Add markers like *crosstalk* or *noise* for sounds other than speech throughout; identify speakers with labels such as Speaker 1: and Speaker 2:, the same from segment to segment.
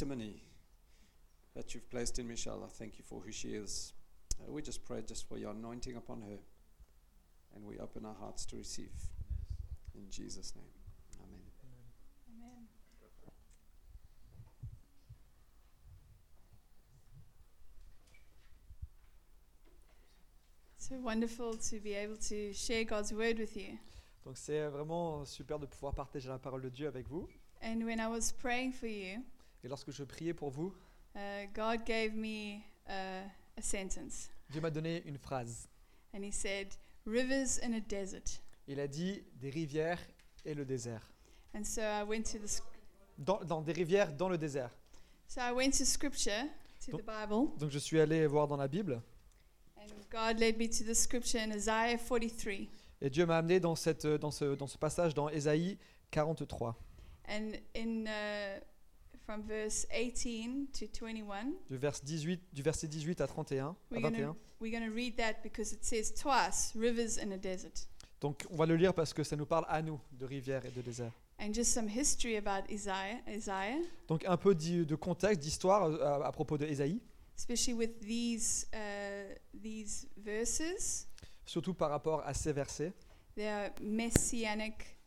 Speaker 1: testimony that you've placed in Michelle. I thank you for who she is. Uh, we just pray just for your anointing upon her, and we open our hearts to receive. In Jesus' name, amen.
Speaker 2: Amen. So wonderful to be able to share God's word with you.
Speaker 3: Donc c'est vraiment super de pouvoir partager la parole de Dieu avec vous.
Speaker 2: And when I was praying for you,
Speaker 3: Et lorsque je priais pour vous,
Speaker 2: uh, God gave me uh, a sentence.
Speaker 3: Dieu m'a donné une phrase.
Speaker 2: And He said, Rivers in a desert.
Speaker 3: Il a dit des rivières et le désert.
Speaker 2: And so I went to the, sc-
Speaker 3: Dans, dans- des rivières dans le désert.
Speaker 2: so I went to scripture, to the
Speaker 3: Don't-
Speaker 2: Bible,
Speaker 3: Donc je suis allé voir dans la Bible
Speaker 2: and God led me to the scripture in Isaiah 43.
Speaker 3: et Dieu m'a amené dans, cette, dans, ce, dans ce passage dans Ésaïe 43,
Speaker 2: And in uh, from verse 18 to 21,
Speaker 3: du, verse 18, du verset 18 à 31. À
Speaker 2: we're going
Speaker 3: 21.
Speaker 2: to we're going to read that because it says twice rivers in a desert.
Speaker 3: Donc on va le lire parce que ça nous parle à nous de rivières et de désert.
Speaker 2: And just some history about Isaiah, Isaiah,
Speaker 3: Donc un peu d'i- de contexte, d'histoire euh, à, à propos de Ésaïe,
Speaker 2: especially with these uh, these verses,
Speaker 3: surtout par rapport à ces versets.
Speaker 2: they are messianic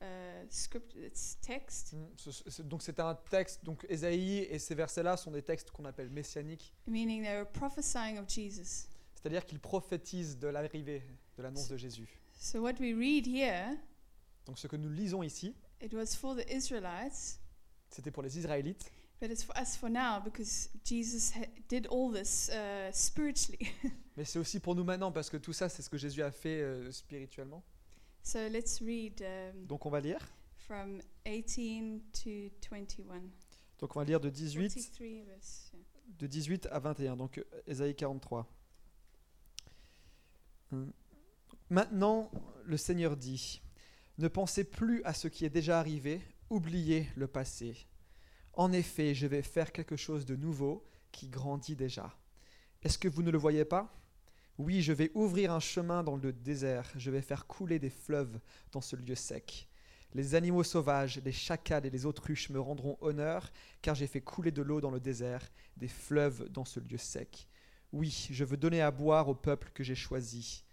Speaker 2: uh, script. It's text.
Speaker 3: Mm, ce- ce- Donc c'est un texte, donc Ésaïe et ces versets-là sont des textes qu'on appelle messianiques,
Speaker 2: meaning they were prophesying of Jesus.
Speaker 3: c'est-à-dire qu'ils prophétisent de l'arrivée, de l'annonce de Jésus.
Speaker 2: So what we read here,
Speaker 3: Donc ce que nous lisons ici,
Speaker 2: it was for the Israelites,
Speaker 3: c'était pour les Israélites,
Speaker 2: but it's for us for now because Jesus ha- did all this uh, spiritually. *laughs*
Speaker 3: mais c'est aussi pour nous maintenant parce que tout ça, c'est ce que Jésus a fait euh, spirituellement.
Speaker 2: so let's read um,
Speaker 3: Donc on va lire.
Speaker 2: from 18 to 21.
Speaker 3: Donc on va lire de 18
Speaker 2: 43 verse. yeah.
Speaker 3: de 18 à 21, donc euh, Ésaïe 43. Hum. Maintenant, le Seigneur dit, ne pensez plus à ce qui est déjà arrivé, oubliez le passé. En effet, je vais faire quelque chose de nouveau qui grandit déjà. Est-ce que vous ne le voyez pas Oui, je vais ouvrir un chemin dans le désert, je vais faire couler des fleuves dans ce lieu sec. Les animaux sauvages, les chacals et les autruches me rendront honneur, car j'ai fait couler de l'eau dans le désert, des fleuves dans ce lieu sec. Oui, je veux donner à boire au peuple que j'ai choisi.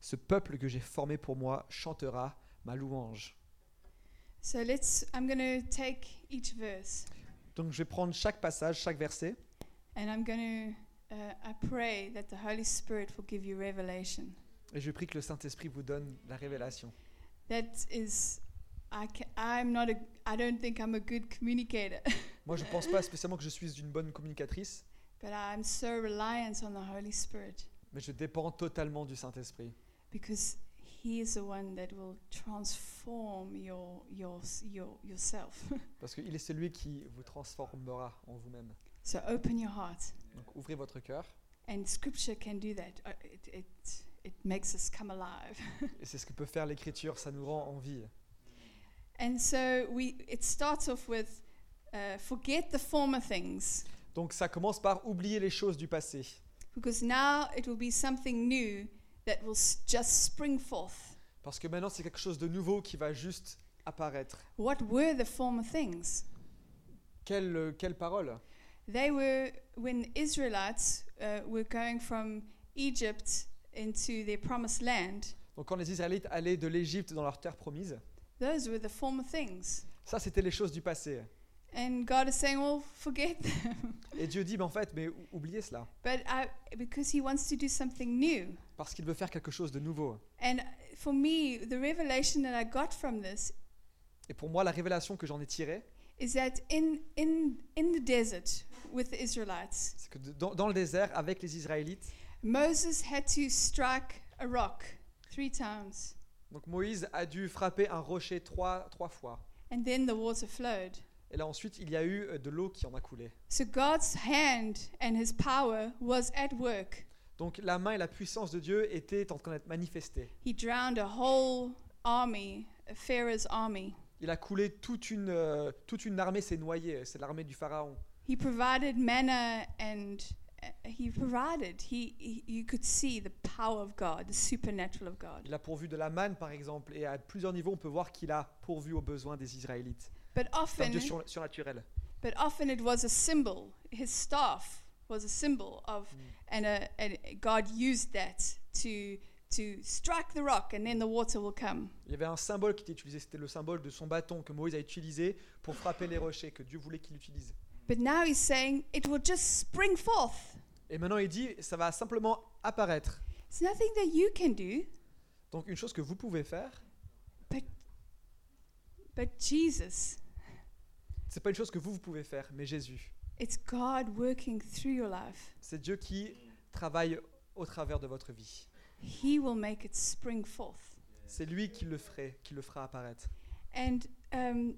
Speaker 3: Ce peuple que j'ai formé pour moi chantera ma louange.
Speaker 2: So let's I'm going to take each verse
Speaker 3: Donc je vais prendre chaque passage, chaque verset,
Speaker 2: and I'm going to uh, I pray that the Holy Spirit will give you revelation.
Speaker 3: et je prie que le Saint-Esprit vous donne la révélation.
Speaker 2: That is I ca- I'm not a I don't think I'm a good communicator, *laughs*
Speaker 3: Moi, je ne pense pas spécialement que je suis une bonne communicatrice,
Speaker 2: but I'm so reliant on the Holy Spirit
Speaker 3: mais je dépends totalement du Saint-Esprit,
Speaker 2: because he is the one that will transform your your s- your yourself. *laughs*
Speaker 3: parce qu'il est celui qui vous transformera en vous-même.
Speaker 2: so open your heart
Speaker 3: Donc ouvrez votre cœur,
Speaker 2: and scripture can do that. Uh, It it it makes us come alive. *laughs*
Speaker 3: et c'est ce que peut faire l'Écriture, ça nous rend en vie.
Speaker 2: And so we it starts off with uh, forget the former things
Speaker 3: Donc ça commence par oublier les choses du passé.
Speaker 2: because now it will be something new that will s- just spring forth.
Speaker 3: Parce que maintenant, c'est quelque chose de nouveau qui va juste apparaître.
Speaker 2: What were the former things?
Speaker 3: Quelle, euh, quelle parole
Speaker 2: They were when the Israelites uh, were going from Egypt into their promised land.
Speaker 3: Donc, quand les Israélites allaient de l'Égypte dans leur terre promise,
Speaker 2: Those were the former things.
Speaker 3: ça, c'était les choses du passé.
Speaker 2: And God is saying, "Well, forget them." *laughs*
Speaker 3: Et Dieu dit, mais en fait, mais ou- oubliez cela.
Speaker 2: but I, because He wants to do something new.
Speaker 3: Parce qu'il veut faire quelque chose de nouveau.
Speaker 2: And for me, the revelation that I got from this
Speaker 3: Et pour moi, la révélation que j'en ai tirée,
Speaker 2: is that in in in the desert with the Israelites,
Speaker 3: c'est que de- dans, dans le désert, avec les Israélites,
Speaker 2: Moses had to strike a rock three times,
Speaker 3: donc Moïse a dû frapper un rocher trois, trois fois.
Speaker 2: and then the water flowed.
Speaker 3: Et là, ensuite, il y a eu euh, de l'eau qui en a coulé.
Speaker 2: So God's hand and His power was at work.
Speaker 3: Donc, la main et la puissance de Dieu étaient en train d'être manifestées.
Speaker 2: He drowned a whole army, Pharaoh's army.
Speaker 3: Il a coulé toute une, euh, toute une armée s'est noyée. C'est l'armée du Pharaon.
Speaker 2: He provided manna and. uh, He provided. He, he, you could see the power of God, the supernatural of God.
Speaker 3: Il a pourvu de la manne, par exemple, et à plusieurs niveaux, on peut voir qu'il a pourvu aux besoins des Israélites.
Speaker 2: But
Speaker 3: C'est un Dieu
Speaker 2: often,
Speaker 3: sur- surnaturel.
Speaker 2: But often it was a symbol. His staff was a symbol of, and, a, and God used that to to strike the rock, and then the water will come.
Speaker 3: Il y avait un symbole qui était utilisé, c'était le symbole de son bâton que Moïse a utilisé pour frapper les rochers, que Dieu voulait qu'il utilise.
Speaker 2: But now he's saying it will just spring forth.
Speaker 3: Et maintenant il dit, ça va simplement apparaître.
Speaker 2: It's nothing that you can do,
Speaker 3: Donc une chose que vous pouvez faire,
Speaker 2: but Jesus.
Speaker 3: c'est pas une chose que vous, vous pouvez faire, mais Jésus.
Speaker 2: It's God working through your life.
Speaker 3: C'est Dieu qui travaille au travers de votre vie.
Speaker 2: He will make it spring forth.
Speaker 3: C'est lui qui le ferait, qui le fera apparaître.
Speaker 2: And um,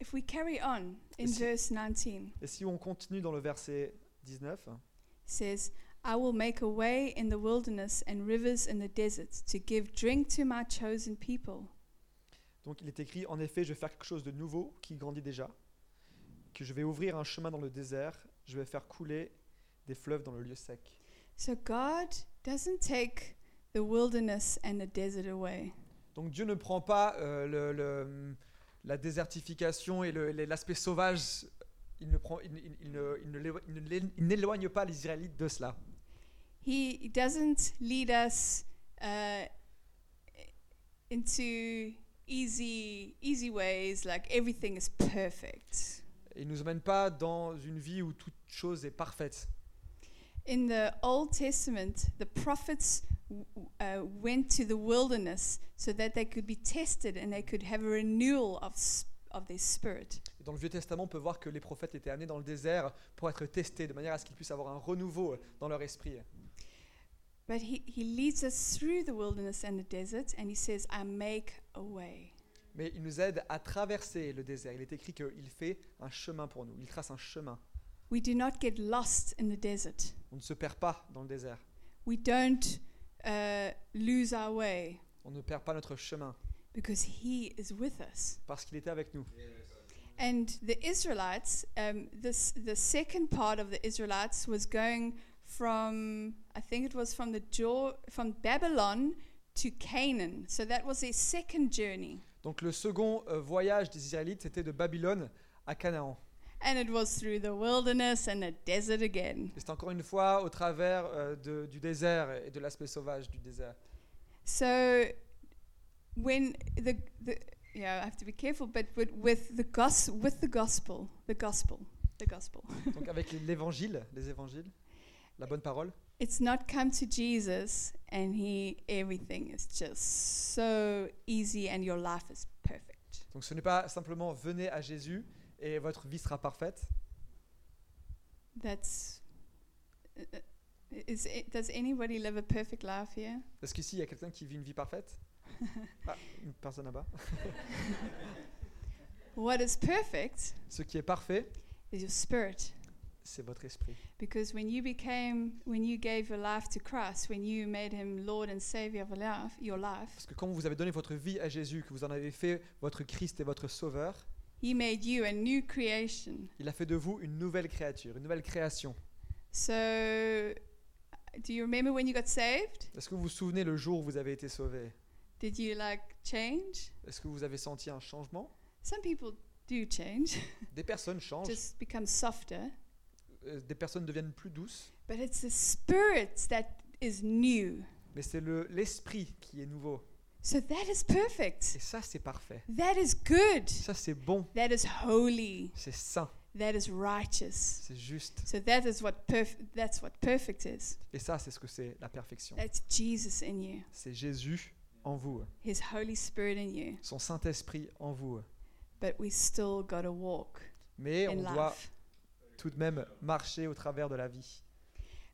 Speaker 2: if we carry on in
Speaker 3: Is it-
Speaker 2: verse 19,
Speaker 3: Et si on continue dans le verset 19,
Speaker 2: it says, I will make a way in the wilderness and rivers in the desert to give drink to my chosen people.
Speaker 3: donc il est écrit en effet, je vais faire quelque chose de nouveau qui grandit déjà, que je vais ouvrir un chemin dans le désert, je vais faire couler des fleuves dans le lieu sec.
Speaker 2: So God doesn't take the wilderness and the desert away.
Speaker 3: Donc Dieu ne prend pas euh, le- le- la désertification et le- les- l'aspect sauvage. Il ne, prend, il, il- il ne- il ne l'élo- il ne l'é- il n'éloigne pas les Israélites de cela.
Speaker 2: He doesn't lead us uh, into easy easy ways like everything is perfect.
Speaker 3: Il ne nous emmène pas dans une vie où toute chose est parfaite.
Speaker 2: In the Old Testament, the prophets w- w- uh, went to the wilderness so that they could be tested and they could have a renewal of s- of their spirit.
Speaker 3: Dans le Vieux Testament, on peut voir que les prophètes étaient amenés dans le désert pour être testés, de manière à ce qu'ils puissent avoir un renouveau dans leur esprit.
Speaker 2: But he, he leads us through the wilderness and the desert, and he says, I make a way.
Speaker 3: Mais il nous aide à traverser le désert. Il est écrit qu'il fait un chemin pour nous. Il trace un chemin.
Speaker 2: We do not get lost in the desert.
Speaker 3: On ne se perd pas dans le désert.
Speaker 2: We don't uh, lose our way
Speaker 3: On ne perd pas notre chemin
Speaker 2: because He is with us.
Speaker 3: parce qu'il était avec nous.
Speaker 2: And the Israelites, um, this the second part of the Israelites was going from I think it was from the jaw from Babylon to Canaan. So that was their second journey,
Speaker 3: Donc le second euh, voyage des Israélites, c'était de Babylone à Canaan.
Speaker 2: and it was through the wilderness and the desert again.
Speaker 3: Et c'est encore une fois au travers euh, de- du désert et de l'aspect sauvage du désert.
Speaker 2: So when the the you know, I have to be careful, but with, with the gos with the gospel, the gospel, the gospel.
Speaker 3: Donc avec l'évangile, les évangiles, la bonne parole.
Speaker 2: It's not come to Jesus and he everything is just so easy and your life is perfect.
Speaker 3: Donc ce n'est pas simplement venez à Jésus et votre vie sera parfaite.
Speaker 2: That's uh, uh, is it, does anybody live a perfect life here?
Speaker 3: Est-ce qu'ici il y a quelqu'un qui vit une vie parfaite Ah, une personne là-bas.
Speaker 2: What is perfect
Speaker 3: Ce qui est parfait,
Speaker 2: is your spirit.
Speaker 3: c'est votre esprit.
Speaker 2: Because when you became when you gave your life to Christ, when you made him Lord and Savior of your life, your life,
Speaker 3: Parce que quand vous avez donné votre vie à Jésus, que vous en avez fait votre Christ et votre Sauveur,
Speaker 2: he made you a new creation.
Speaker 3: il a fait de vous une nouvelle créature, une nouvelle création.
Speaker 2: So do you remember when you got saved?
Speaker 3: Est-ce que vous vous souvenez le jour où vous avez été sauvé
Speaker 2: Did you like change?
Speaker 3: Est-ce que vous avez senti un changement
Speaker 2: Some people do change, *laughs*
Speaker 3: Des personnes changent,
Speaker 2: just become softer.
Speaker 3: euh, des personnes deviennent plus douces,
Speaker 2: But it's the spirit that is new.
Speaker 3: mais c'est le- l'esprit qui est nouveau.
Speaker 2: So that is
Speaker 3: Et
Speaker 2: perfect.
Speaker 3: ça, c'est parfait.
Speaker 2: That is good.
Speaker 3: Ça, c'est bon,
Speaker 2: That is holy.
Speaker 3: c'est saint,
Speaker 2: That is righteous.
Speaker 3: c'est juste.
Speaker 2: So that is what perf- that's what perfect is.
Speaker 3: Et ça, c'est ce que c'est la perfection.
Speaker 2: That's Jesus in you.
Speaker 3: C'est Jésus en vous,
Speaker 2: His Holy Spirit in you.
Speaker 3: son Saint-Esprit en vous.
Speaker 2: But we still got to walk
Speaker 3: Mais on
Speaker 2: in
Speaker 3: doit
Speaker 2: life.
Speaker 3: tout de même marcher au travers de la vie.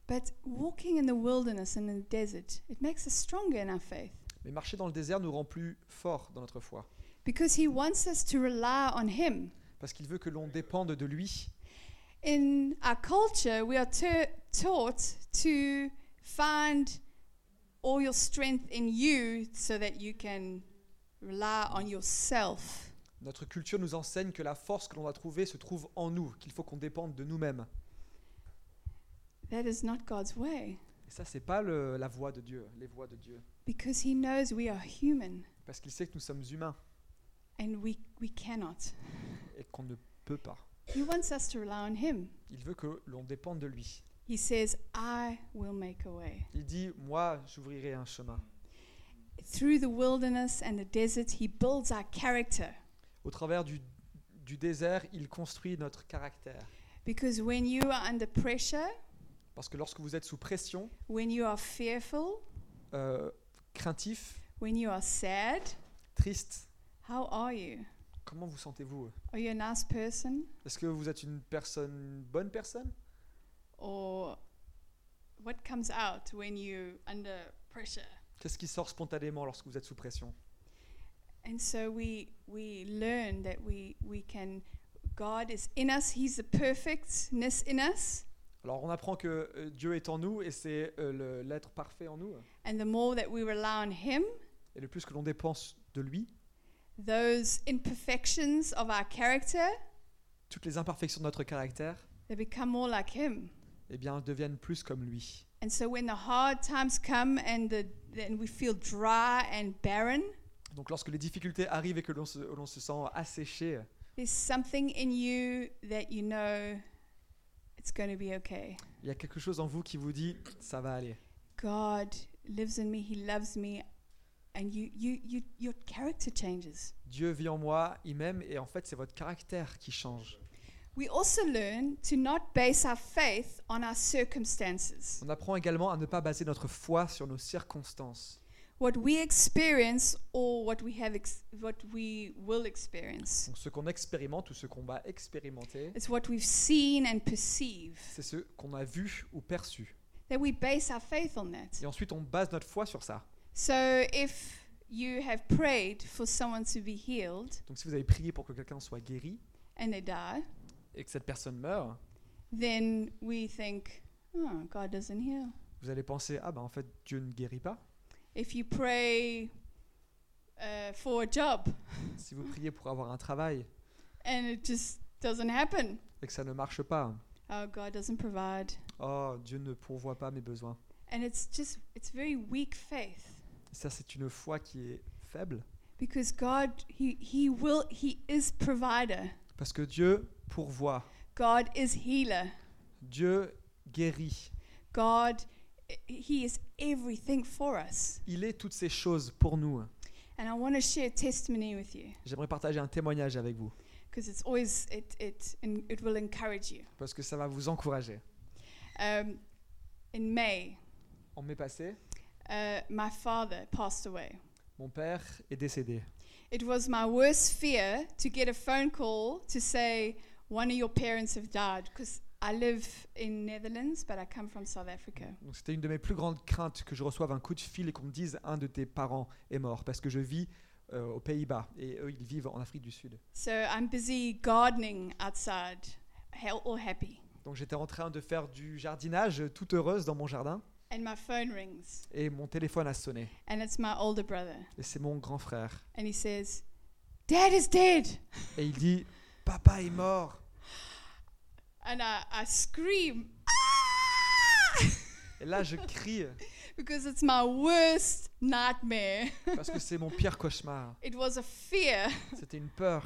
Speaker 2: But walking in the wilderness and in the desert, it makes us stronger in our faith.
Speaker 3: Mais marcher dans le désert nous rend plus forts dans notre foi,
Speaker 2: Because he wants us to rely on him.
Speaker 3: parce qu'il veut que l'on dépende de lui.
Speaker 2: in our culture, we are ta- taught to find all your strength in you so that you can rely on yourself.
Speaker 3: Notre culture nous enseigne que la force que l'on va trouver se trouve en nous, qu'il faut qu'on dépende de nous-mêmes.
Speaker 2: That is not God's way
Speaker 3: Et ça, c'est pas le- la voie de Dieu, les voies de Dieu.
Speaker 2: because He knows we are human
Speaker 3: Parce qu'il sait que nous sommes humains
Speaker 2: and we, we cannot.
Speaker 3: et qu'on ne peut pas.
Speaker 2: He wants us to rely on Him.
Speaker 3: Il veut que l'on dépende de lui.
Speaker 2: He says, I will make a way.
Speaker 3: Il dit, moi, j'ouvrirai un chemin.
Speaker 2: Through the wilderness and the desert, He builds our character.
Speaker 3: Au travers du, du désert, il construit notre caractère.
Speaker 2: Because when you are under pressure,
Speaker 3: Parce que lorsque vous êtes sous pression,
Speaker 2: when you are fearful,
Speaker 3: euh, craintif,
Speaker 2: when you are sad,
Speaker 3: triste,
Speaker 2: how are you?
Speaker 3: comment vous sentez-vous
Speaker 2: Are you a nice person?
Speaker 3: Est-ce que vous êtes une personne, une bonne personne
Speaker 2: Or what comes out when you under pressure?
Speaker 3: Qu'est-ce qui sort spontanément lorsque vous êtes sous pression
Speaker 2: And so we we learn that we we can God is in us, He's the perfectness in us.
Speaker 3: Alors on apprend que euh, Dieu est en nous et c'est euh, le- l'être parfait en nous.
Speaker 2: And the more that we rely on Him,
Speaker 3: Et le plus que l'on dépense de lui,
Speaker 2: those imperfections of our character,
Speaker 3: toutes les imperfections de notre caractère,
Speaker 2: they become more like Him.
Speaker 3: eh bien, deviennent plus comme lui.
Speaker 2: And so when the hard times come and the and we feel dry and barren,
Speaker 3: Donc lorsque les difficultés arrivent et que l'on se, l'on se sent asséché,
Speaker 2: there's something in you that you know it's going to be okay.
Speaker 3: il y a quelque chose en vous qui vous dit « ça va aller
Speaker 2: God lives in me, He loves me, and you, you, you, your character changes. ».
Speaker 3: Dieu vit en moi, il m'aime, et en fait c'est votre caractère qui change.
Speaker 2: We also learn to not base our faith on our circumstances.
Speaker 3: On apprend également à ne pas baser notre foi sur nos circonstances.
Speaker 2: What we experience or what we have ex- what we will experience.
Speaker 3: Donc ce qu'on expérimente ou ce qu'on va expérimenter,
Speaker 2: It's what we've seen and perceive.
Speaker 3: c'est ce qu'on a vu ou perçu.
Speaker 2: That we base our faith on that.
Speaker 3: Et ensuite on base notre foi sur ça.
Speaker 2: So if you have prayed for someone to be healed
Speaker 3: Donc si vous avez prié pour que quelqu'un soit guéri
Speaker 2: and they die,
Speaker 3: et que cette personne meurt,
Speaker 2: then we think, oh, God doesn't heal.
Speaker 3: vous allez penser ah ben en fait Dieu ne guérit pas.
Speaker 2: if you pray uh, for a job
Speaker 3: Si vous priez pour avoir un travail
Speaker 2: and it just doesn't happen,
Speaker 3: et que ça ne marche pas,
Speaker 2: oh, God doesn't provide.
Speaker 3: oh Dieu ne pourvoit pas mes besoins.
Speaker 2: And it's just, it's very weak faith
Speaker 3: Ça c'est une foi qui est faible
Speaker 2: because God, He, he will, He is provider,
Speaker 3: parce que Dieu pourvoit,
Speaker 2: God is healer,
Speaker 3: Dieu guérit.
Speaker 2: God, i- He is everything for us.
Speaker 3: Il est toutes ces choses pour nous.
Speaker 2: And I want to share testimony with you
Speaker 3: J'aimerais partager un témoignage avec vous
Speaker 2: because it's always, it, it, and it will encourage you.
Speaker 3: parce que ça va vous encourager.
Speaker 2: Um, in May,
Speaker 3: En mai passé,
Speaker 2: uh, my father passed away.
Speaker 3: mon père est décédé.
Speaker 2: It was my worst fear to get a phone call to say one of your parents have died because I live in Netherlands but I come from South Africa.
Speaker 3: Donc c'était une de mes plus grandes craintes que je reçoive un coup de fil et qu'on me dise un de tes parents est mort parce que je vis euh, aux Pays-Bas et eux ils vivent en Afrique du Sud.
Speaker 2: So I'm busy gardening outside, hell all happy.
Speaker 3: Donc j'étais en train de faire du jardinage euh, toute heureuse dans mon jardin
Speaker 2: And my phone rings
Speaker 3: et mon téléphone a sonné
Speaker 2: and it's my older brother
Speaker 3: et c'est mon grand frère
Speaker 2: and he says, "Dad is dead."
Speaker 3: et il dit papa est mort
Speaker 2: And I, I scream "Ah!"
Speaker 3: et là je crie
Speaker 2: because it's my worst nightmare.
Speaker 3: parce que c'est mon pire cauchemar.
Speaker 2: It was a fear
Speaker 3: C'était une peur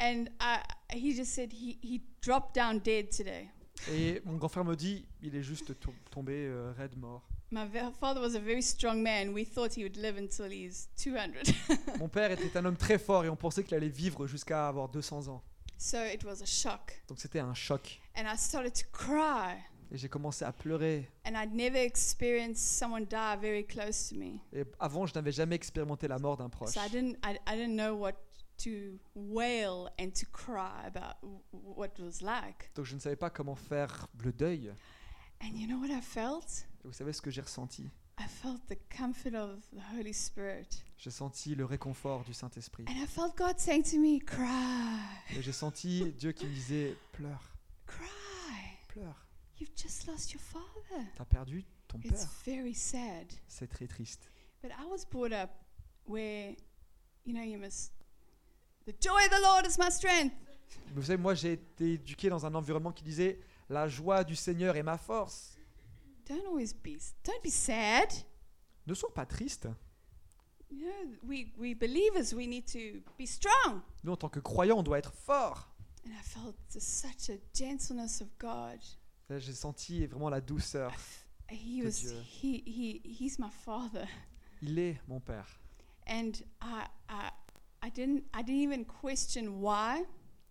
Speaker 2: and I, he just said he, he dropped down dead today.
Speaker 3: et mon grand frère me dit il est juste tom- tombé euh, raide mort.
Speaker 2: My ve- father was a very strong man. We thought he would live until he's 200.
Speaker 3: Mon père était un homme très fort et on pensait qu'il allait vivre jusqu'à avoir 200 ans.
Speaker 2: *laughs* so it was a shock.
Speaker 3: Donc c'était un choc
Speaker 2: And I started to cry.
Speaker 3: et j'ai commencé à pleurer
Speaker 2: And I'd never experienced someone die very close to me.
Speaker 3: Et avant, je n'avais jamais expérimenté la mort d'un proche.
Speaker 2: So I didn't, I, I didn't know what to wail and to cry about w- w- what it was like.
Speaker 3: Donc je ne savais pas comment faire le deuil.
Speaker 2: And you know what I felt?
Speaker 3: Et vous savez ce que j'ai ressenti
Speaker 2: I felt the comfort of the Holy Spirit.
Speaker 3: J'ai senti le réconfort du Saint-Esprit.
Speaker 2: And I felt God saying to me, cry,
Speaker 3: Et j'ai senti Dieu qui me disait Pleure,
Speaker 2: cry.
Speaker 3: pleure.
Speaker 2: You've just lost your father.
Speaker 3: T'as perdu ton
Speaker 2: It's
Speaker 3: père.
Speaker 2: very sad.
Speaker 3: C'est très triste.
Speaker 2: But I was brought up where, you know, you must. The joy of the Lord is my strength.
Speaker 3: Mais vous savez, moi, j'ai été éduqué dans un environnement qui disait La joie du Seigneur est ma force.
Speaker 2: Don't always be. Don't be sad.
Speaker 3: Ne sois pas triste.
Speaker 2: You know, we we believers we need to be strong.
Speaker 3: Nous, en tant que croyants, on doit être fort.
Speaker 2: And I felt just such a gentleness of God.
Speaker 3: Là, j'ai senti vraiment la douceur.
Speaker 2: He
Speaker 3: Good
Speaker 2: was
Speaker 3: year.
Speaker 2: he he he's my father.
Speaker 3: Il est mon Père.
Speaker 2: And I I I didn't I didn't even question why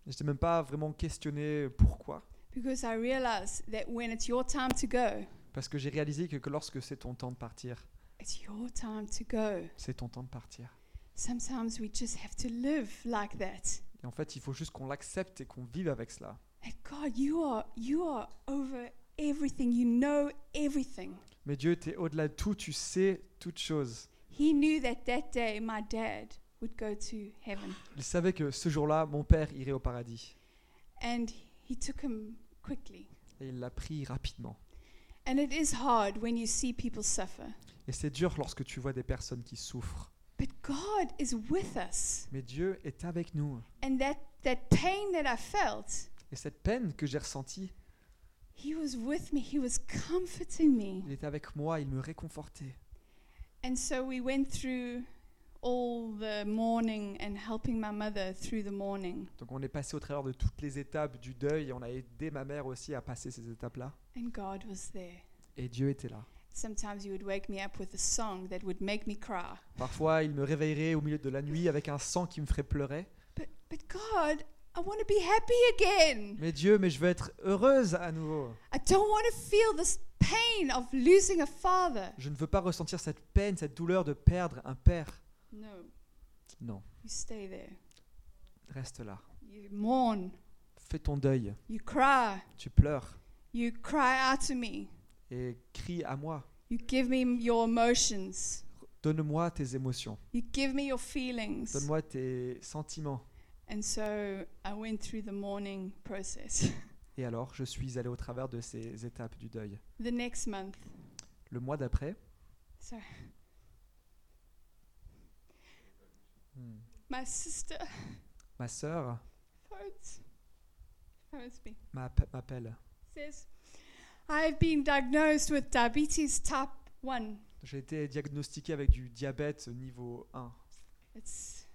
Speaker 3: Je t'ai même pas vraiment questionné pourquoi,
Speaker 2: because I realized that when it's your time to go,
Speaker 3: parce que j'ai réalisé que, que lorsque c'est ton temps de partir,
Speaker 2: it's your time to go.
Speaker 3: c'est ton temps de partir.
Speaker 2: Sometimes we just have to live like that.
Speaker 3: Et en fait, il faut juste qu'on l'accepte et qu'on vive avec cela.
Speaker 2: That God, you are you are over everything. You know everything.
Speaker 3: Mais Dieu, tu es au-delà de tout, tu sais toutes choses.
Speaker 2: He knew that that day my dad would go to heaven,
Speaker 3: Il savait que ce jour-là, mon Père irait au paradis.
Speaker 2: and he took him quickly.
Speaker 3: Et il l'a pris rapidement.
Speaker 2: And it is hard when you see people suffer,
Speaker 3: Et c'est dur lorsque tu vois des personnes qui souffrent.
Speaker 2: but God is with us,
Speaker 3: Mais Dieu est avec nous.
Speaker 2: and that that pain that I felt,
Speaker 3: Et cette peine que j'ai ressentie,
Speaker 2: He was with me. He was comforting me.
Speaker 3: il était avec moi, il me réconfortait.
Speaker 2: And so we went through all the mourning and helping my mother through the mourning.
Speaker 3: Donc on est passé au travers de toutes les étapes du deuil et on a aidé ma mère aussi à passer ces étapes-là.
Speaker 2: And God was there.
Speaker 3: Et Dieu était là.
Speaker 2: Sometimes He would wake me up with a song that would make me cry.
Speaker 3: Parfois, il me réveillerait au milieu de la nuit avec un sang qui me ferait pleurer.
Speaker 2: But, but God, I want to be happy again.
Speaker 3: Mais Dieu, mais je veux être heureuse à nouveau.
Speaker 2: I don't want to feel this pain of losing a father.
Speaker 3: Je ne veux pas ressentir cette peine, cette douleur de perdre un père.
Speaker 2: No,
Speaker 3: Non,
Speaker 2: you stay there.
Speaker 3: reste là.
Speaker 2: You mourn.
Speaker 3: Fais ton deuil.
Speaker 2: You cry.
Speaker 3: Tu pleures
Speaker 2: You cry out to me.
Speaker 3: et crie à moi.
Speaker 2: You give me your emotions.
Speaker 3: Donne-moi tes émotions.
Speaker 2: You give me your feelings.
Speaker 3: Donne-moi tes sentiments.
Speaker 2: And so I went through the mourning process. *laughs*
Speaker 3: Et alors, je suis allé au travers de ces étapes du deuil.
Speaker 2: the next month.
Speaker 3: Le mois d'après,
Speaker 2: So
Speaker 3: hmm,
Speaker 2: my sister
Speaker 3: ma sœur
Speaker 2: phones, phones me,
Speaker 3: m'app- m'appelle.
Speaker 2: says, I've been diagnosed with diabetes type 1.
Speaker 3: J'ai été diagnostiqué avec du diabète niveau 1.
Speaker 2: It's,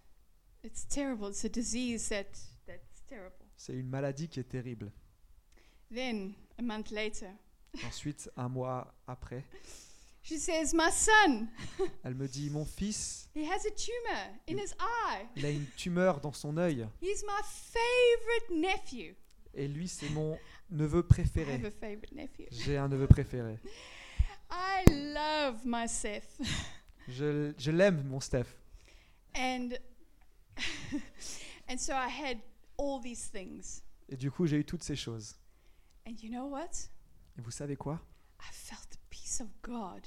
Speaker 2: it's terrible. It's a disease that, that's terrible.
Speaker 3: C'est une maladie qui est terrible.
Speaker 2: Then, a month later,
Speaker 3: Ensuite, un mois après,
Speaker 2: she says, My son,
Speaker 3: elle me dit Mon fils,
Speaker 2: he has a tumor in his eye.
Speaker 3: il a une tumeur dans son œil.
Speaker 2: He's my favorite nephew.
Speaker 3: Et lui, c'est mon neveu
Speaker 2: I have a
Speaker 3: préféré.
Speaker 2: favorite nephew.
Speaker 3: J'ai un neveu préféré.
Speaker 2: I love my Seth.
Speaker 3: Je, l- je l'aime, mon Steph.
Speaker 2: and *laughs* and so I had all these things.
Speaker 3: Et du coup, j'ai eu toutes ces choses.
Speaker 2: And you know what?
Speaker 3: Et vous savez quoi
Speaker 2: I felt the peace of God,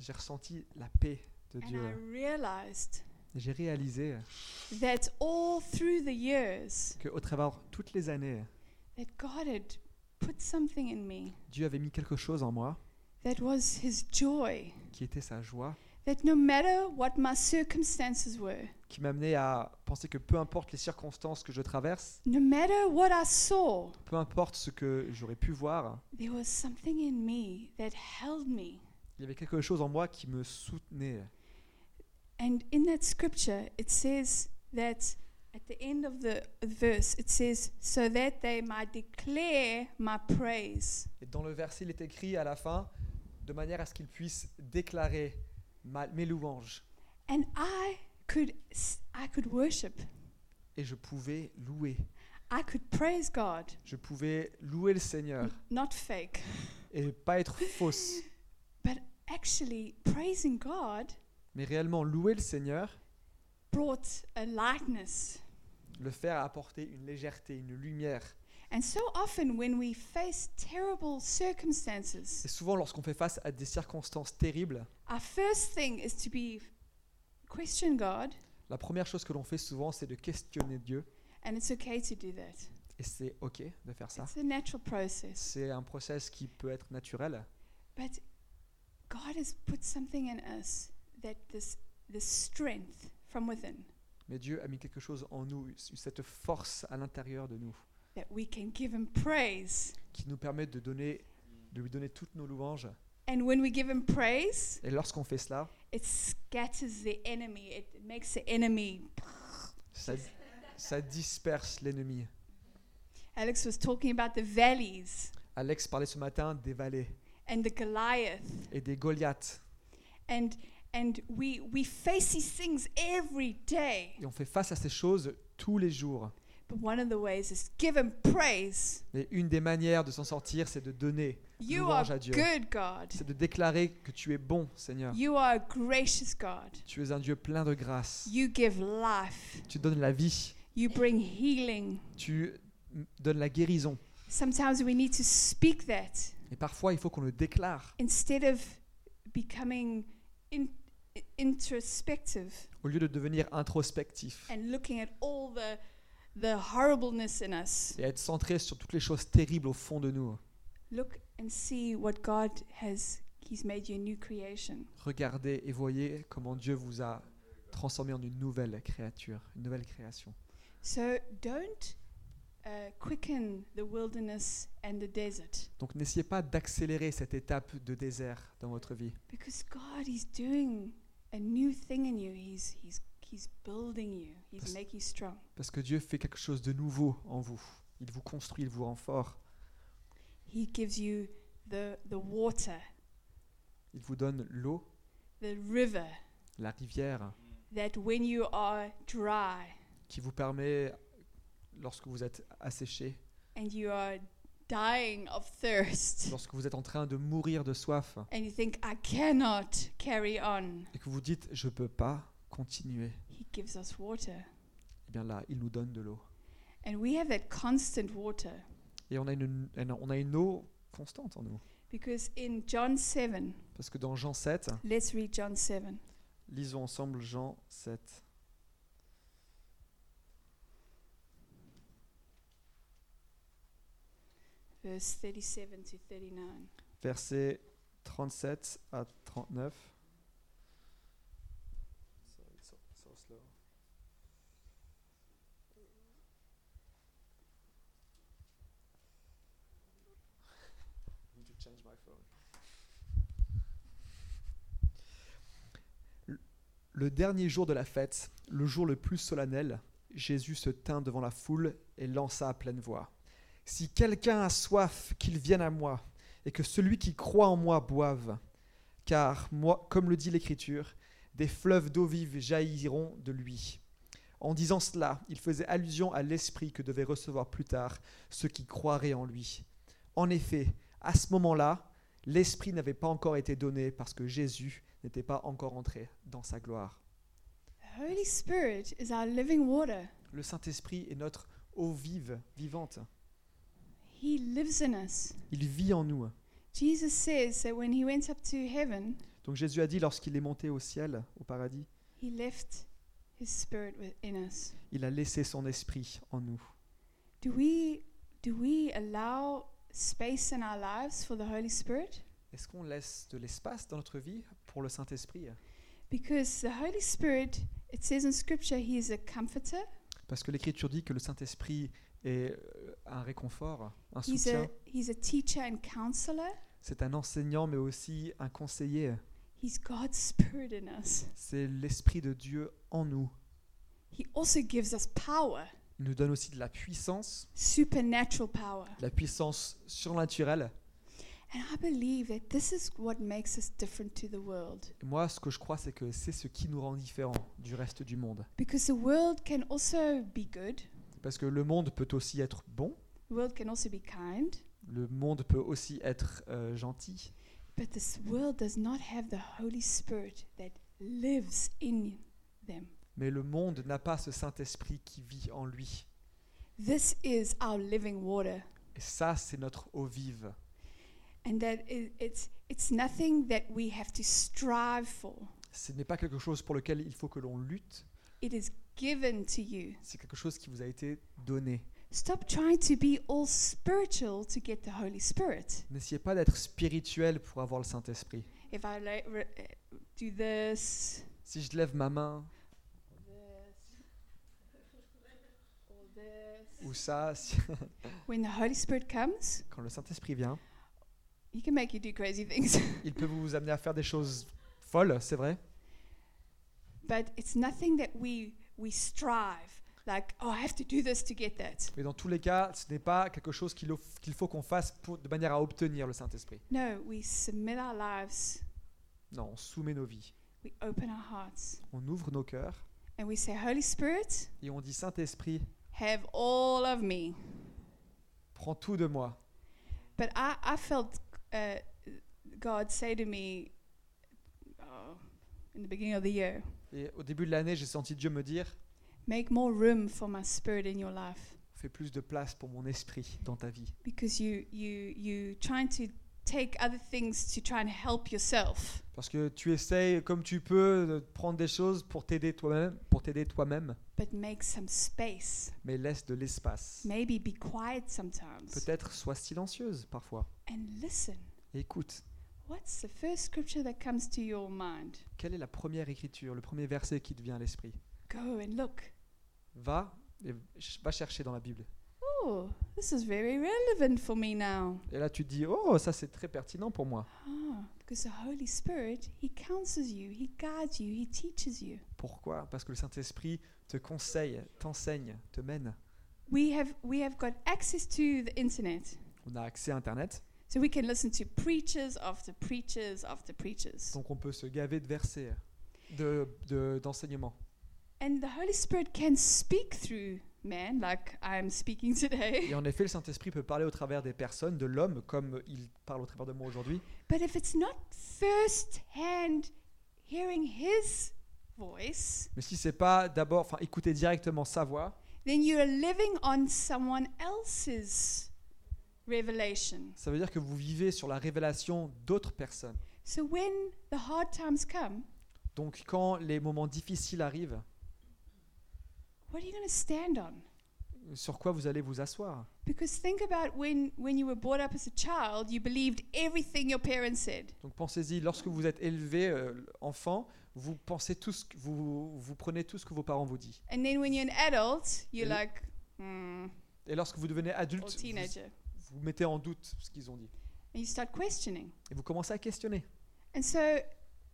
Speaker 3: J'ai ressenti la paix de
Speaker 2: and I
Speaker 3: Dieu.
Speaker 2: realized
Speaker 3: Et J'ai réalisé
Speaker 2: that all through the years
Speaker 3: qu'au travers de toutes les années,
Speaker 2: that God had put something in me
Speaker 3: Dieu avait mis quelque chose en moi
Speaker 2: that was His joy.
Speaker 3: qui était sa joie,
Speaker 2: That no matter what my circumstances were,
Speaker 3: qui m'amenait à penser que peu importe les circonstances que je traverse,
Speaker 2: no matter what I saw,
Speaker 3: peu importe ce que j'aurais pu voir,
Speaker 2: there was something in me that held me.
Speaker 3: il y avait quelque chose en moi qui me soutenait.
Speaker 2: And in that scripture, it says that at the end of the verse, it says, So that they might declare my praise.
Speaker 3: Et dans le verset, il est écrit à la fin, de manière à ce qu'il puisse déclarer ma- mes louanges.
Speaker 2: And I could, s- I could worship,
Speaker 3: Et je pouvais louer.
Speaker 2: I could praise God,
Speaker 3: Je pouvais louer le Seigneur
Speaker 2: not fake,
Speaker 3: et pas être fausse,
Speaker 2: but actually praising God
Speaker 3: mais réellement louer le Seigneur,
Speaker 2: brought a lightness.
Speaker 3: le faire apporter une légèreté, une lumière.
Speaker 2: And so often when we face terrible
Speaker 3: Et
Speaker 2: circumstances,
Speaker 3: souvent, lorsqu'on fait face à des circonstances terribles,
Speaker 2: our first thing is to be question God,
Speaker 3: la première chose que l'on fait souvent, c'est de questionner Dieu.
Speaker 2: and it's okay to do that.
Speaker 3: Et c'est OK de faire ça.
Speaker 2: It's a natural process.
Speaker 3: C'est un process qui peut être naturel,
Speaker 2: But God has put something in us that this this strength from within
Speaker 3: mais Dieu a mis quelque chose en nous, cette force à l'intérieur de nous,
Speaker 2: that we can give him praise.
Speaker 3: qui nous permet de, donner, de lui donner toutes nos louanges.
Speaker 2: And when we give him praise,
Speaker 3: Et lorsqu'on fait cela,
Speaker 2: it scatters the enemy. It makes the enemy
Speaker 3: ça, ça disperse l'ennemi.
Speaker 2: Alex was talking about the valleys
Speaker 3: Alex parlait ce matin des vallées
Speaker 2: and the Goliath,
Speaker 3: et des Goliaths.
Speaker 2: and and we we face these things every day.
Speaker 3: Et on fait face à ces choses tous les jours.
Speaker 2: But one of the ways is give Him praise.
Speaker 3: Mais une des manières de s'en sortir, c'est de donner,
Speaker 2: You are
Speaker 3: Louange à Dieu.
Speaker 2: good, God.
Speaker 3: c'est de déclarer que tu es bon, Seigneur.
Speaker 2: You are a gracious God.
Speaker 3: Tu es un Dieu plein de grâce.
Speaker 2: You give life.
Speaker 3: Tu donnes la vie.
Speaker 2: You bring healing.
Speaker 3: Tu donnes la guérison.
Speaker 2: Sometimes we need to speak that
Speaker 3: Et parfois, il faut qu'on le déclare.
Speaker 2: instead of becoming in, i- introspective
Speaker 3: Au lieu de devenir introspectif
Speaker 2: and looking at all the the horribleness in us.
Speaker 3: et être centré sur toutes les choses terribles au fond de nous.
Speaker 2: Look and see what God has. He's made you a new creation.
Speaker 3: Regardez et voyez comment Dieu vous a transformé en une nouvelle créature, une nouvelle création.
Speaker 2: So don't uh, quicken the wilderness and the desert
Speaker 3: Donc n'essayez pas d'accélérer cette étape de désert dans votre vie.
Speaker 2: because God is doing a new thing in you. He's he's he's building you. He's
Speaker 3: Parce-
Speaker 2: making you strong.
Speaker 3: Parce que Dieu fait quelque chose de nouveau en vous. Il vous construit, il vous rend fort.
Speaker 2: He gives you the the water,
Speaker 3: Il vous donne l'eau,
Speaker 2: the river
Speaker 3: la rivière,
Speaker 2: that when you are dry
Speaker 3: qui vous permet, lorsque vous êtes asséché,
Speaker 2: and you are dying of thirst
Speaker 3: lorsque vous êtes en train de mourir de soif,
Speaker 2: and you think I cannot carry on,
Speaker 3: et que vous dites je peux pas continuer,
Speaker 2: he gives us water.
Speaker 3: eh bien là, il nous donne de l'eau.
Speaker 2: And we have that constant water
Speaker 3: Et on a une, une- on a une eau constante en nous.
Speaker 2: because in John 7,
Speaker 3: Parce que dans Jean 7,
Speaker 2: let's read John 7.
Speaker 3: lisons ensemble Jean 7.
Speaker 2: verse 37 to 39.
Speaker 3: versets 37 à 39. Le- Le dernier jour de la fête, le jour le plus solennel, Jésus se tint devant la foule et lança à pleine voix. Si quelqu'un a soif, qu'il vienne à moi et que celui qui croit en moi boive. Car moi, comme le dit l'Écriture, des fleuves d'eau vive jailliront de lui. En disant cela, il faisait allusion à l'esprit que devaient recevoir plus tard ceux qui croiraient en lui. En effet, à ce moment-là, l'esprit n'avait pas encore été donné parce que Jésus n'était pas encore entré dans sa gloire.
Speaker 2: The Holy Spirit is our living water.
Speaker 3: Le Saint-Esprit est notre eau vive, vivante.
Speaker 2: He lives in us.
Speaker 3: Il vit en nous.
Speaker 2: Jesus says that when he went up to heaven,
Speaker 3: Donc Jésus a dit lorsqu'il est monté au ciel, au paradis,
Speaker 2: he left his spirit within us.
Speaker 3: il a laissé son esprit en nous.
Speaker 2: Do we do we allow space in our lives for the Holy Spirit?
Speaker 3: Est-ce qu'on laisse de l'espace dans notre vie pour le Saint-Esprit
Speaker 2: Because the Holy Spirit, it says in scripture, he is a comforter.
Speaker 3: Parce que l'Écriture dit que le Saint-Esprit est euh, un réconfort, un
Speaker 2: He's
Speaker 3: soutien.
Speaker 2: a he's a teacher and counselor.
Speaker 3: C'est un enseignant, mais aussi un conseiller.
Speaker 2: He's God's spirit in us.
Speaker 3: C'est l'Esprit de Dieu en nous.
Speaker 2: He also gives us power,
Speaker 3: Il nous donne aussi de la puissance,
Speaker 2: supernatural power.
Speaker 3: de la puissance surnaturelle.
Speaker 2: And I believe that this is what makes us different to the world.
Speaker 3: Et moi, ce que je crois, c'est que c'est ce qui nous rend différents du reste du monde.
Speaker 2: Because the world can also be good,
Speaker 3: Parce que le monde peut aussi être bon,
Speaker 2: the world can also be kind,
Speaker 3: le monde peut aussi être euh, gentil,
Speaker 2: but this world does not have the Holy Spirit that lives in them.
Speaker 3: mais le monde n'a pas ce Saint-Esprit qui vit en lui.
Speaker 2: This is our living water.
Speaker 3: Et ça, c'est notre eau vive.
Speaker 2: And that i it's, it's nothing that we have to strive for.
Speaker 3: Ce n'est pas quelque chose pour lequel il faut que l'on lutte,
Speaker 2: It is given to you.
Speaker 3: c'est quelque chose qui vous a été donné.
Speaker 2: Stop trying to be all spiritual to get the Holy Spirit.
Speaker 3: N'essayez pas d'être spirituel pour avoir le Saint-Esprit.
Speaker 2: If I like, re- uh, do this,
Speaker 3: Si je lève ma main ou ça, si- *laughs*
Speaker 2: When the Holy Spirit comes,
Speaker 3: quand le Saint-Esprit vient,
Speaker 2: He can make you do crazy things, *laughs*
Speaker 3: il peut vous amener à faire des choses folles, c'est vrai,
Speaker 2: but it's nothing that we we strive like, oh, I have to do this to get that.
Speaker 3: Mais dans tous les cas, ce n'est pas quelque chose qu'il au- qu'il faut qu'on fasse pour- de manière à obtenir le Saint-Esprit.
Speaker 2: No, we submit our lives,
Speaker 3: Non, on soumet nos vies.
Speaker 2: we open our hearts,
Speaker 3: On ouvre nos cœurs
Speaker 2: and we say, Holy Spirit,
Speaker 3: et on dit Saint-Esprit,
Speaker 2: have all of me.
Speaker 3: prends tout de moi.
Speaker 2: But I, I felt uh, God say to me oh, in the beginning of the year,
Speaker 3: Et au début de l'année, j'ai senti Dieu me dire,
Speaker 2: make more room for my spirit in your life
Speaker 3: fais plus de place pour mon esprit dans ta vie.
Speaker 2: because you you you trying to take other things to try and help yourself.
Speaker 3: Parce que tu essayes comme tu peux de prendre des choses pour t'aider toi-même, pour t'aider toi-même,
Speaker 2: But make some space.
Speaker 3: mais laisse de l'espace.
Speaker 2: Maybe be quiet sometimes
Speaker 3: Peut-être sois silencieuse parfois.
Speaker 2: and listen.
Speaker 3: Et écoute,
Speaker 2: What's the first scripture that comes to your mind?
Speaker 3: quelle est la première écriture, le premier verset qui te vient à l'esprit
Speaker 2: Go and look.
Speaker 3: Va et ch- va chercher dans la Bible.
Speaker 2: Oh, this is very relevant for me now.
Speaker 3: Et là, tu te dis, oh, ça c'est très pertinent pour moi.
Speaker 2: Ah, because the Holy Spirit, He counsels you, He guides you, He teaches you.
Speaker 3: Pourquoi Parce que le Saint-Esprit te conseille, t'enseigne, te mène.
Speaker 2: We have we have got access to the internet,
Speaker 3: On a accès à Internet,
Speaker 2: so we can listen to preachers after preachers after preachers.
Speaker 3: donc on peut se gaver de versets, de- de- d'enseignements.
Speaker 2: And the Holy Spirit can speak through man, like I'm speaking *laughs* today.
Speaker 3: Et en effet, le Saint-Esprit peut parler au travers des personnes, de l'homme, comme il parle au travers de moi aujourd'hui.
Speaker 2: But if it's not first hand hearing His voice,
Speaker 3: Mais si c'est pas d'abord, enfin, écouter directement sa voix,
Speaker 2: then you are living on someone else's revelation.
Speaker 3: ça veut dire que vous vivez sur la révélation d'autres personnes.
Speaker 2: So when the hard times come,
Speaker 3: Donc, quand les moments difficiles arrivent,
Speaker 2: what are you going to stand on?
Speaker 3: sur quoi vous allez vous asseoir
Speaker 2: Because think about when, when you were brought up as a child, you believed everything your parents said.
Speaker 3: Donc, pensez-y. Lorsque vous êtes élevé euh, enfant, vous pensez tout ce que- vous, vous prenez tout ce que vos parents vous disent.
Speaker 2: And then when you're an adult,
Speaker 3: Yeah.
Speaker 2: you're like, hmm,
Speaker 3: Et lorsque vous devenez
Speaker 2: or
Speaker 3: adulte, vous,
Speaker 2: teenager.
Speaker 3: vous mettez en doute ce qu'ils ont dit
Speaker 2: And you start questioning.
Speaker 3: et vous commencez à questionner.
Speaker 2: And so,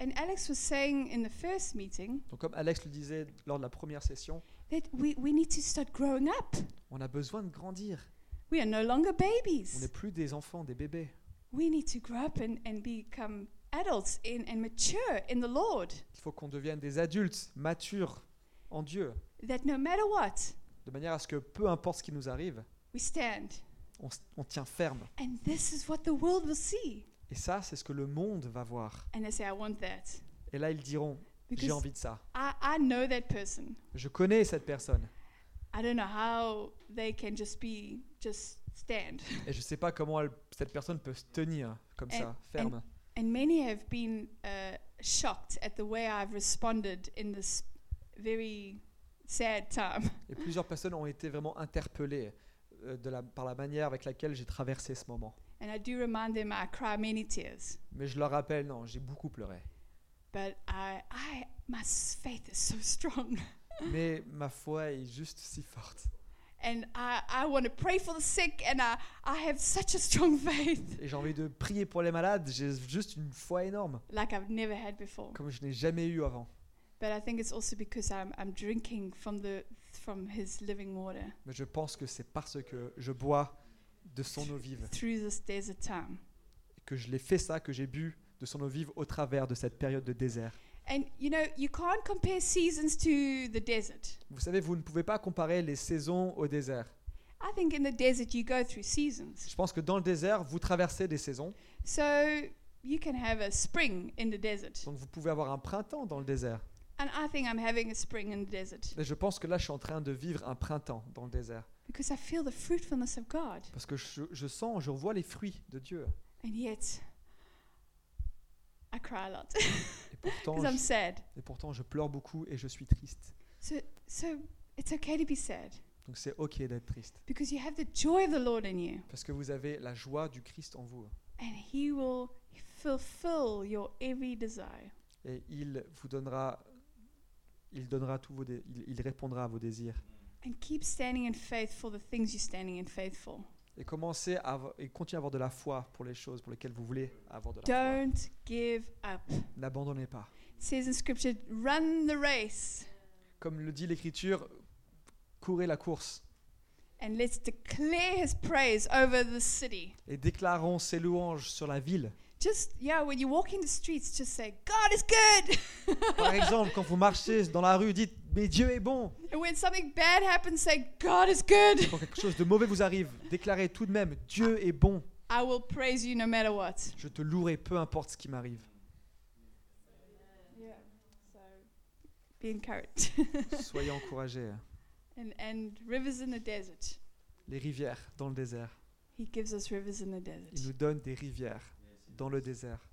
Speaker 2: and Alex was saying in the first meeting
Speaker 3: Donc, comme Alex le disait lors de la première session,
Speaker 2: that we, we need to start growing up.
Speaker 3: on a besoin de grandir.
Speaker 2: We are no longer
Speaker 3: On n'est
Speaker 2: babies.
Speaker 3: plus des enfants, des bébés.
Speaker 2: We need to grow up and, and become adults in, and mature in the Lord.
Speaker 3: Il faut qu'on devienne des adultes matures en Dieu,
Speaker 2: That no matter what,
Speaker 3: de manière à ce que peu importe ce qui nous arrive,
Speaker 2: we stand.
Speaker 3: on, s- on tient ferme.
Speaker 2: And this is what the world will see.
Speaker 3: Et ça, c'est ce que le monde va voir.
Speaker 2: And they say, I want that.
Speaker 3: Et là, ils diront, j'ai
Speaker 2: Because
Speaker 3: envie de ça.
Speaker 2: I, I know that person.
Speaker 3: Je connais cette personne.
Speaker 2: I don't know how they can just be, just stand.
Speaker 3: Et je ne sais pas comment elle- cette personne peut se tenir comme
Speaker 2: And-
Speaker 3: ça, ferme.
Speaker 2: And many have been uh, shocked at the way I've responded in this very sad time. *laughs*
Speaker 3: Et plusieurs personnes ont été vraiment interpellées euh, de la- par la manière avec laquelle j'ai traversé ce moment.
Speaker 2: And I do remind them I cry many tears.
Speaker 3: Mais je leur rappelle, non, j'ai beaucoup pleuré.
Speaker 2: But I, I, my s- faith is so *laughs* strong.
Speaker 3: Mais ma foi est juste si forte.
Speaker 2: And I, I want to pray for the sick, and I, I have such a strong *laughs* faith
Speaker 3: Et j'ai envie de prier pour les malades, j'ai juste une foi énorme,
Speaker 2: like I've never had before.
Speaker 3: comme je n'ai jamais eu avant.
Speaker 2: But I think it's also because I'm, I'm drinking from, the, from his living water
Speaker 3: Mais je pense que c'est parce que je bois de son eau vive,
Speaker 2: through this desert time.
Speaker 3: que je l'ai fait ça, que j'ai bu de son eau vive au travers de cette période de désert.
Speaker 2: And you know, you can't compare seasons to the desert.
Speaker 3: Vous savez, vous ne pouvez pas comparer les saisons au désert.
Speaker 2: I think in the desert you go through seasons.
Speaker 3: Je pense que dans le désert, vous traversez des saisons,
Speaker 2: So you can have a spring in the desert.
Speaker 3: donc vous pouvez avoir un printemps dans le désert.
Speaker 2: And I think I'm having a spring in the desert
Speaker 3: Et je pense que là, je suis en train de vivre un printemps dans le désert,
Speaker 2: because I feel the fruitfulness of God.
Speaker 3: parce que je, je sens, je vois les fruits de Dieu.
Speaker 2: And yet I cry a lot *laughs*
Speaker 3: Et pourtant,
Speaker 2: because I'm
Speaker 3: je,
Speaker 2: sad.
Speaker 3: et pourtant, je pleure beaucoup et je suis triste.
Speaker 2: So so it's okay to be sad
Speaker 3: Donc c'est ok d'être triste,
Speaker 2: because you have the joy of the Lord in you
Speaker 3: parce que vous avez la joie du Christ en vous.
Speaker 2: and he will fulfill your every desire.
Speaker 3: et il vous donnera il donnera tous vos dé- il, il répondra à vos désirs
Speaker 2: And keep standing in faith for the things you're standing in faith for.
Speaker 3: et commencez à avo- et continuez à avoir de la foi pour les choses pour lesquelles vous voulez avoir de la foi
Speaker 2: Don't give up.
Speaker 3: n'abandonnez pas
Speaker 2: It says in scripture, run the race.
Speaker 3: comme le dit l'écriture courez la course
Speaker 2: And let's declare his praise over the city.
Speaker 3: et déclarons ses louanges sur la ville.
Speaker 2: Just, yeah, when you walk in the streets, just say, God is good. *laughs*
Speaker 3: Par exemple, quand vous marchez dans la rue, dites Mais Dieu est bon
Speaker 2: And when something bad happens, say, God is good.
Speaker 3: Quand quelque chose de mauvais vous arrive, déclarez tout de même Dieu est bon,
Speaker 2: I will praise you no matter what.
Speaker 3: je te louerai peu importe ce qui m'arrive.
Speaker 2: Yeah. So be encouraged. *laughs*
Speaker 3: Soyez encouragés.
Speaker 2: and, and rivers in the desert.
Speaker 3: Les rivières dans le désert.
Speaker 2: He gives us rivers in the
Speaker 3: Il
Speaker 2: desert.
Speaker 3: nous donne des rivières dans le désert.